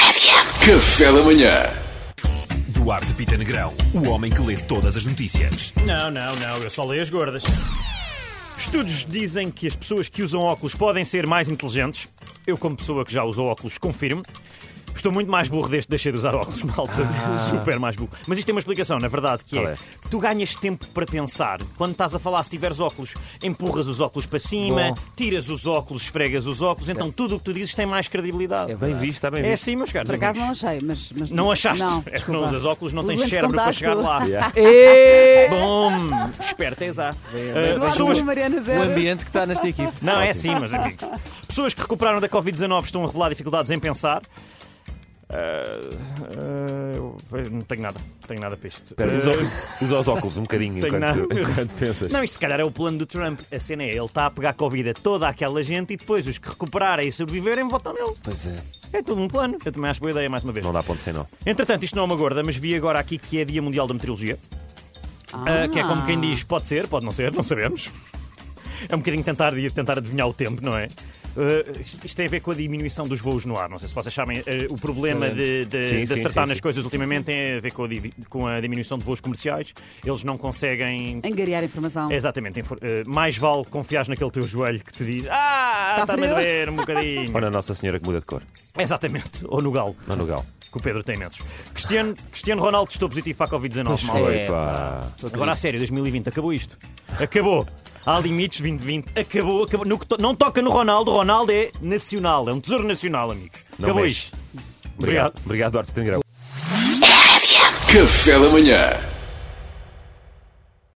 Café da manhã. Duarte Pita Negrão, o homem que lê todas as notícias. Não, não, não, eu só leio as gordas. Estudos dizem que as pessoas que usam óculos podem ser mais inteligentes. Eu, como pessoa que já usou óculos, confirmo. Estou muito mais burro desde que deixei de usar óculos, malta. Super mais burro. Mas isto tem uma explicação, na verdade, que Ah. Qual é, é? Tu ganhas tempo para pensar. Quando estás a falar, se tiveres óculos, empurras os óculos para cima, Bom. tiras os óculos, esfregas os óculos. Então tudo o que tu dizes tem mais credibilidade. É É. Bem visto, está bem É visto. assim, meus caros. Por acaso não amigos. achei, mas. mas Não achaste? Não, é que não usas óculos, não Os tens lentes cérebro para contacto. chegar lá. Bom, esperta és a. Eh, pessoas... Mariana O Zero. ambiente que está nesta equipe. Não, é assim, meus amigos. Pessoas que recuperaram da Covid-19 estão a revelar dificuldades em pensar. Ah, ah, eu não tenho nada, não tenho nada para isto. Espera, Ah, usa, os- usa os óculos um bocadinho Tenho enquanto, nada. enquanto pensas. não, isto se calhar é o plano do Trump. A cena é, ele está a pegar Covid a toda aquela gente e depois os que recuperarem e sobreviverem votam nele. Pois é. É tudo um plano. Eu também acho boa ideia, mais uma vez. Não dá ponto sem não. Entretanto, isto não é uma gorda, mas vi agora aqui que é Dia Mundial da Meteorologia. Ah, que é como quem diz, pode ser, pode não ser, não sabemos. É um bocadinho tentar, de tentar adivinhar o tempo, não é? Ah, isto isto tem a ver com a diminuição dos voos no ar. Não sei se vocês sabem, ah, o problema de, de- Sim, de sim, acertar sim, nas sim. coisas ultimamente tem a ver com a, divi- com a diminuição de voos comerciais. Eles não conseguem. Angariar informação. É Exatamente. infor- ah, mais vale confiar naquele teu joelho que te diz: Ah, Tá está-me a frio?" doer um bocadinho. Ou na Nossa Senhora que muda de cor. Exatamente. Ou no galo, Não no Gal. que o Pedro tem imensos. Cristiano, Cristiano Ronaldo testou positivo para a Covid-19, mal. Foi, pá. Agora a sério, 2020, acabou isto. Acabou. Há limites 2020. Acabou, acabou. No que to- Não toca no Ronaldo. O Ronaldo é nacional. É um tesouro nacional, amigos. Não acabou mexe. isto. Obrigado. Obrigado, Duarte Pita Negrão. Café da manhã.